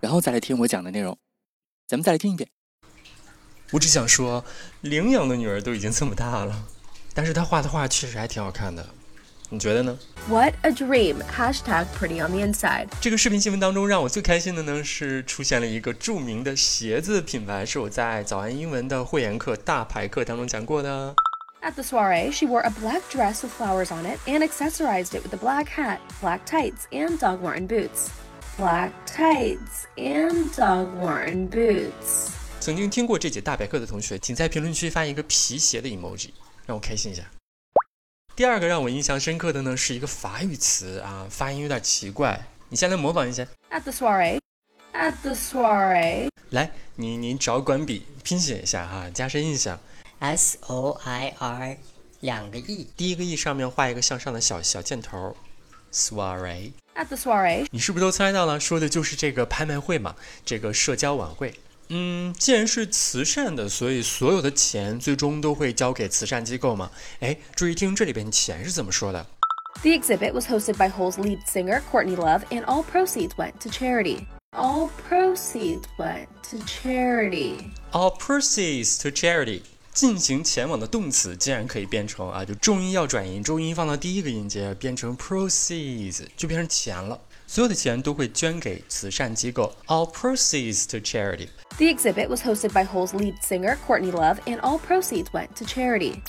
然后再来听我讲的内容。咱们再来听一遍。我只想说，领养的女儿都已经这么大了，但是她画的画确实还挺好看的，你觉得呢？ What a dream. Hashtag pretty on the inside. 这个视频新闻当中，让我最开心的呢是出现了一个著名的鞋子品牌，是我在早安英文的会员课大排课当中讲过的。 At the soiree, she wore a black dress with flowers on it and accessorized it with a black hat, black tights, and Doc Martin boots. Black tights and Doc Martin boots. 曾经听过这节大排课的同学，请在评论区发一个皮鞋的 emoji，让我开心一下。第二个让我印象深刻的呢是一个法语词啊，发音有点奇怪，你先来模仿一下。 At the soiree. At the soiree. 来，你你找管笔拼写一下哈、啊加深印象。 S O I R 两个 E，第一个 e 上面画一个向上的小小箭头，soiree。 At the soiree, 你是不是都猜到了？说的就是这个拍卖会嘛，这个社交晚会。嗯，既然是慈善的，所以所有的钱最终都会交给慈善机构嘛。哎，注意听这里边钱是怎么说的。 the exhibit was hosted by Hole's lead singer, Courtney Love, and all proceeds went to charity. All proceeds went to charity. All proceeds to charity，进行前往的动词竟然可以变成啊，就重音要转移，重音放到第一个音节，变成 proceeds 就变成钱了。所有的钱都会捐给慈善机构。All proceeds to charity。 The exhibit was hosted by Hole's lead singer, Courtney Love, and all proceeds went to charity.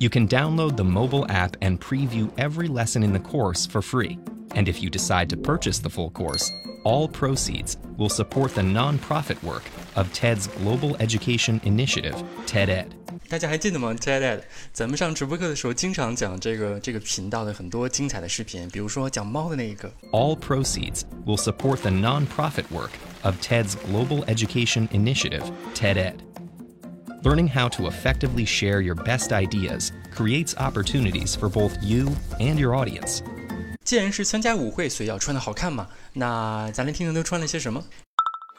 You can download the mobile app and preview every lesson in the course for free. And if you decide to purchase the full course, all proceeds will support the nonprofit work of TED's Global Education Initiative, TEDEd. 大家还记得吗？TED，咱们上直播课的时候经常讲这个这个频道的很多精彩的视频，比如说讲猫的那一个。 All proceeds will support the nonprofit work of TED's Global Education Initiative, TEDEd. Learning how to effectively share your best ideas creates opportunities for both you and your audience. 既然是参加舞会，所以要穿的好看嘛。那咱来听听都穿了些什么。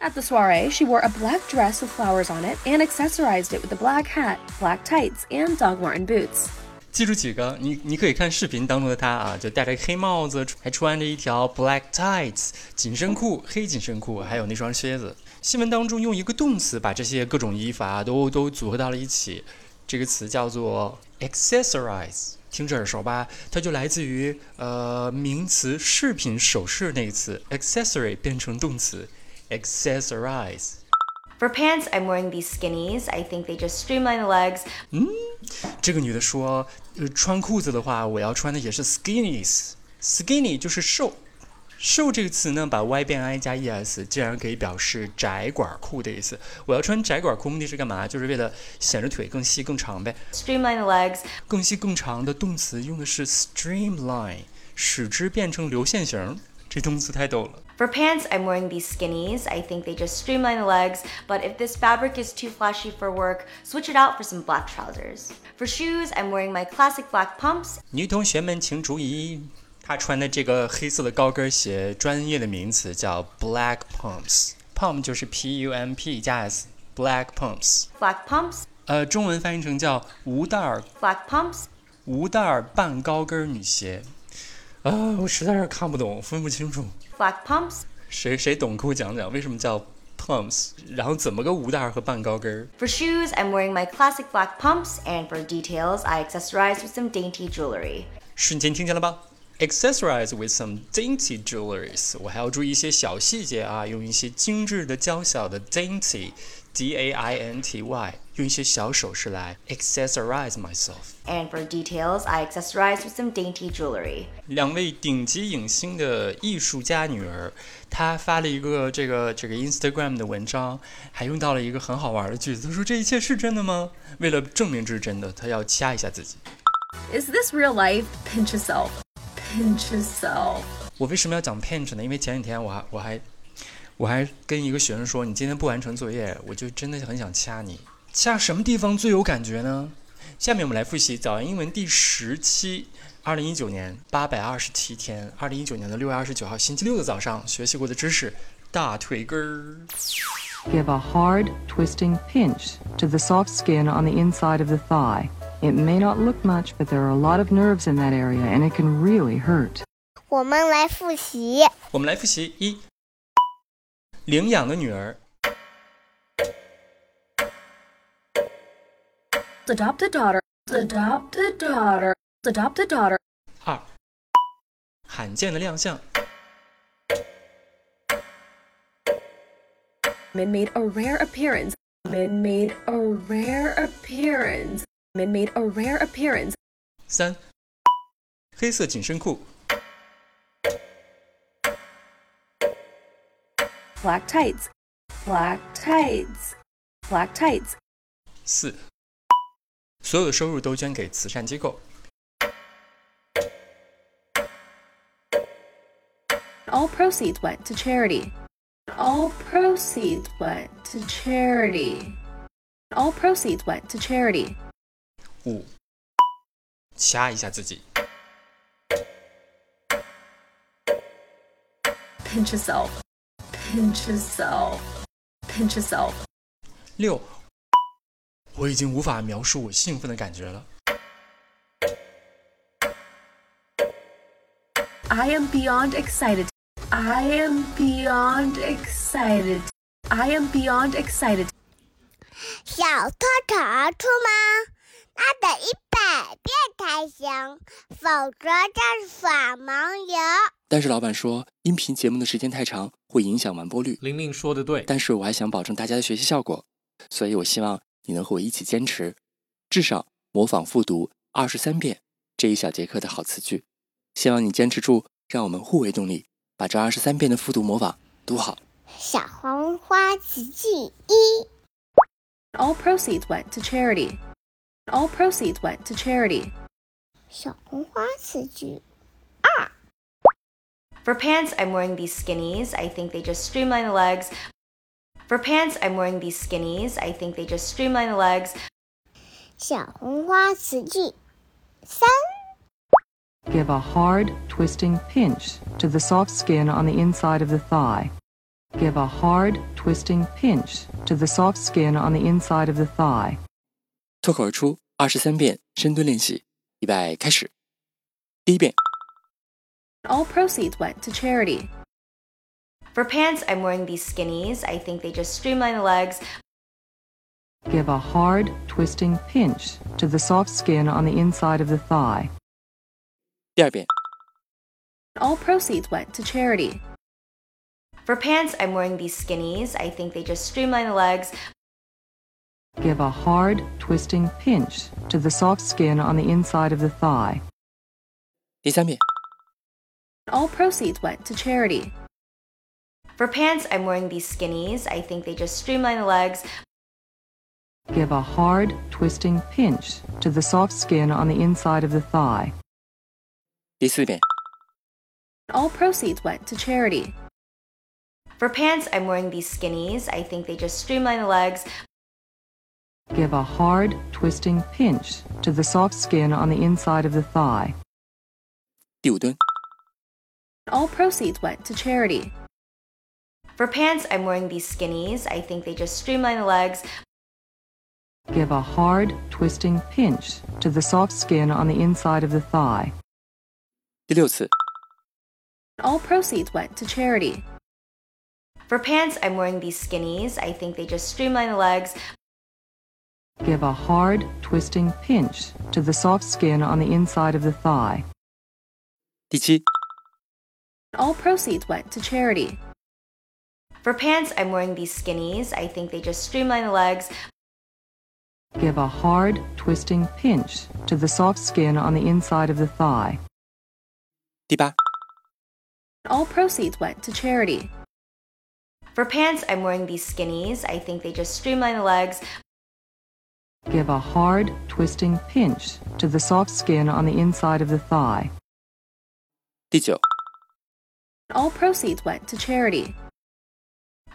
At the soiree, she wore a black dress with flowers on it and accessorized it with a black hat, black tights, and Doc Marten boots. 记住几个，你你可以看视频当中的她啊，就戴着黑帽子，还穿着一条 black tights 紧身裤、黑紧身裤，还有那双靴子。新闻当中用一个动词把这些各种衣服啊都都组合到了一起，这个词叫做 accessorize，听着耳熟吧？它就来自于呃名词饰品、首饰那个词 accessory 变成动词 accessorize。 For pants, I'm wearing these skinnies. I think they just streamline the legs. 这个女的说，呃，穿裤子的话，我要穿的也是 skinnies。skinny 就是瘦，瘦这个词呢，把 y 变 i 加 es，竟然可以表示窄管裤的意思。我要穿窄管裤，目的是干嘛？就是为了显着腿更细更长呗。 Streamline the legs. 更细更长的动词用的是 streamline，使之变成流线型。这动词太逗了。 For pants, I'm wearing these skinnies. I think they just streamline the legs. But if this fabric is too flashy for work, switch it out for some black trousers. For shoes, I'm wearing my classic black pumps. 女同学们请注意，她穿的这个黑色的高跟鞋，专业的名词叫 black pumps。pump 就是 p u m p 加 s，black pumps。 Black pumps. 呃，中文翻译成叫无带儿 Black pumps. 无带儿半高跟女鞋。啊，我实在是看不懂，分不清楚， Black pumps. 谁谁懂给我讲讲为什么叫 pumps，然后怎么个无带儿和半高跟儿？ For shoes, I'm wearing my classic black pumps. And for details, I accessorize with some dainty jewelry. 瞬间听见了吧？Accessorize with some dainty jewelries，我还要注意一些小细节啊，用一些精致的、娇小的 dainty，d a i n t y，用一些小首饰来 accessorize myself。 And for details, I accessorize with some dainty jewelry. 两位顶级影星的艺术家女儿，她发了一个这个这个 Instagram 的文章，还用到了一个很好玩的句子，她说这一切是真的吗？为了证明这是真的，她要掐一下自己。 Is this real life? Pinch yourself. Pinch yourself. 我为什么要讲 pinch 呢？因为前几天我还我还我还跟一个学生说，你今天不完成作业，我就真的很想掐你。掐什么地方最有感觉呢？下面我们来复习早安英文第十期，二零一九年八百二十七天，二零一九年的六月二十九号星期六的早上学习过的知识，大腿根儿。 Give a hard, twisting pinch to the soft skin on the inside of the thigh. It may not look much, but there are a lot of nerves in that area and it can really hurt. 我们来复习我们来复习一，领养的女儿， Adopt a daughter. Adopt a daughter. Adopt a daughter. 二，罕见的亮相， Min made a rare appearance. Min made a rare appearance. Min made a rare appearance. 三，黑色紧身裤， Black tights. Black tights. Black tights. 四，所有的收入都捐给慈善机构， All proceeds went to charity. All proceeds went to charity. All proceeds went to charity. 五，掐一下自己， Pinch yourself. Pinch yourself. Pinch yourself. 六，我已经无法描述我兴奋的感觉了， I am beyond excited. I am beyond excited. I am beyond excited. 小兔兔儿出门，那得一百遍才行，否则就是耍盲游。但是老板说，音频节目的时间太长，会影响完播率。玲玲说的对，但是我还想保证大家的学习效果，所以我希望你能和我一起坚持，至少模仿复读二十三遍这一小节课的好词句。希望你坚持住，让我们互为动力，把这二十三遍的复读模仿读好。小黄花词句一， All proceeds went to charity. All proceeds went to charity. 小红花词句 For pants, I'm wearing these skinnies. I think they just streamline the legs. For pants, I'm wearing these skinnies. I think they just streamline the legs. 小红花词句三， Give a hard, twisting pinch to the soft skin on the inside of the thigh. Give a hard, twisting pinch to the soft skin on the inside of the thigh. 脱口而出二十三遍深蹲练习，预备开始。第一遍， All proceeds went to charity. For pants, I'm wearing these skinnies. I think they just streamline the legs. Give a hard, twisting pinch to the soft skin on the inside of the thigh. 第二遍， All proceeds went to charity. For pants, I'm wearing these skinnies. I think they just streamline the legs. Give a hard, twisting pinch to the soft skin on the inside of the thigh. 第三遍， All proceeds went to charity. For pants, I'm wearing these skinnies. I think they just streamline the legs. Give a hard, twisting pinch to the soft skin on the inside of the thigh. 第四遍， All proceeds went to charity. For pants, I'm wearing these skinnies. I think they just streamline the legs. Give a hard, twisting pinch to the soft skin on the inside of the thigh. 第五蹲， All proceeds went to charity. For pants, I'm wearing these skinnies. I think they just streamline the legs. Give a hard, twisting pinch to the soft skin on the inside of the thigh. 第六次， All proceeds went to charity. For pants, I'm wearing these skinnies. I think they just streamline the legs. Give a hard, twisting pinch to the soft skin on the inside of the thigh. 第七， All proceeds went to charity. For pants, I'm wearing these skinnies. I think they just streamline the legs. Give a hard, twisting pinch to the soft skin on the inside of the thigh. 第八， All proceeds went to charity. For pants, I'm wearing these skinnies. I think they just streamline the legs. Give a hard, twisting pinch to the soft skin on the inside of the thigh. 第九， All proceeds went to charity.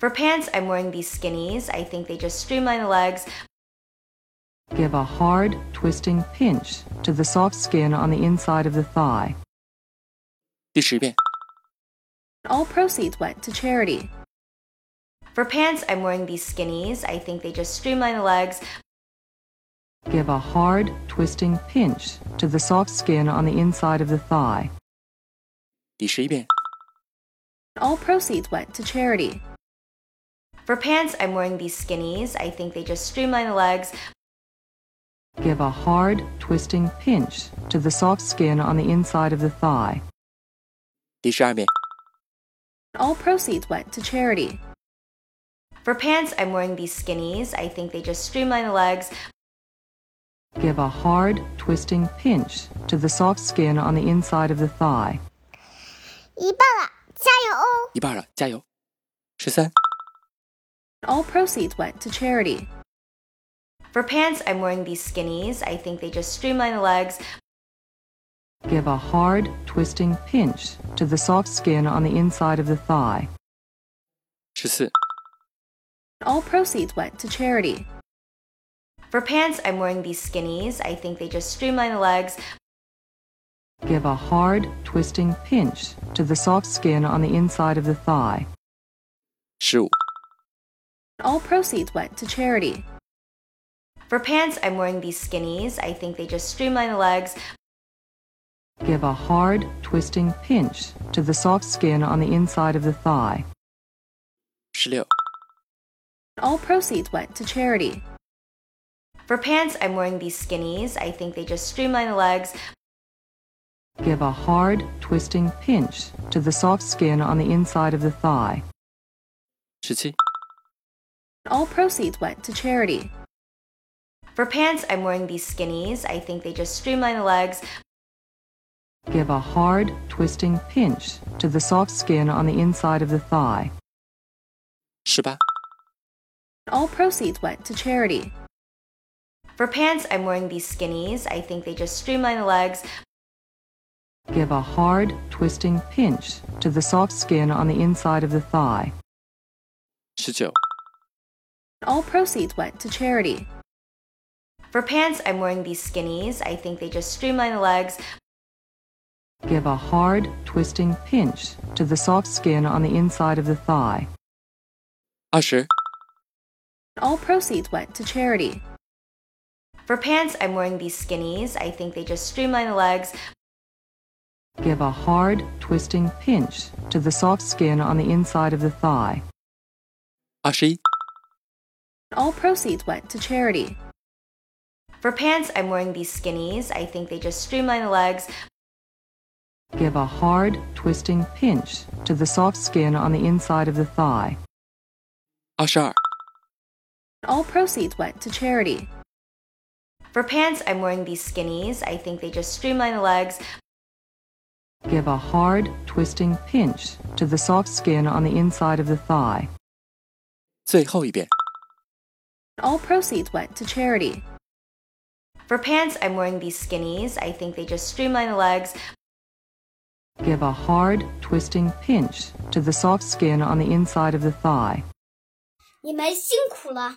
For pants, I'm wearing these skinnies. I think they just streamline the legs, Give a hard, twisting pinch to the soft skin on the inside of the thigh. 第十遍， All proceeds went to charity. For pants, I'm wearing these skinnies. I think they just streamline the legs. Give a hard, twisting pinch to the soft skin on the inside of the thigh. 第十一遍， All proceeds went to charity. For pants, I'm wearing these skinnies. I think they just streamline the legs. Give a hard, twisting pinch to the soft skin on the inside of the thigh. 第十二遍， All proceeds went to charity. For pants, I'm wearing these skinnies. I think they just streamline the legs. Give a hard, twisting pinch to the soft skin on the inside of the thigh. 一半了，加油哦！一半了，加油！十三、 All proceeds went to charity. For pants, I'm wearing these skinnies. I think they just streamline the legs. Give a hard, twisting pinch to the soft skin on the inside of the thigh. 十四、 All proceeds went to charity. For pants, I'm wearing these skinnies. I think they just streamline the legs. Give a hard, twisting pinch to the soft skin on the inside of the thigh. 十五、 All proceeds went to charity. For pants, I'm wearing these skinnies. I think they just streamline the legs. Give a hard, twisting pinch to the soft skin on the inside of the thigh. 十六、 All proceeds went to charity. For pants, I'm wearing these skinnies. I think they just streamline the legs. Give a hard, twisting pinch to the soft skin on the inside of the thigh. 十七、 All proceeds went to charity. For pants, I'm wearing these skinnies. I think they just streamline the legs. Give a hard, twisting pinch to the soft skin on the inside of the thigh. 十八、 All proceeds went to charity. For pants, I'm wearing these skinnies. I think they just streamline the legs. Give a hard, twisting pinch to the soft skin on the inside of the thigh. 十九、 All proceeds went to charity. For pants, I'm wearing these skinnies. I think they just streamline the legs. Give a hard, twisting pinch to the soft skin on the inside of the thigh. 二十、 All proceeds went to charity. For pants, I'm wearing these skinnies. I think they just streamline the legs. Give a hard, twisting pinch to the soft skin on the inside of the thigh. 二十一、 All proceeds went to charity. For pants, I'm wearing these skinnies. I think they just streamline the legs. Give a hard, twisting pinch to the soft skin on the inside of the thigh. 二十二、 All proceeds went to charity. For pants, I'm wearing these skinnies. I think they just streamline the legs. Give a hard, twisting pinch to the soft skin on the inside of the thigh. 最后一遍。 All proceeds went to charity. For pants, I'm wearing these skinnies. I think they just streamline the legs. Give a hard, twisting pinch to the soft skin on the inside of the thigh. 你们辛苦了，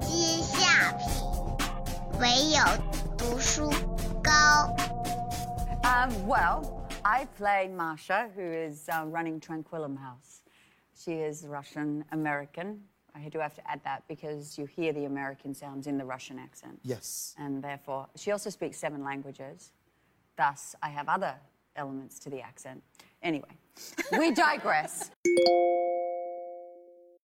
皆下品，唯有读书高。 Um, well, I play Masha, who is uh, running Tranquillum House. She is Russian American. I do have to add that because you hear the American sounds in the Russian accent. Yes. And therefore, she also speaks seven languages. Thus, I have other elements to the accent. Anyway, we digress.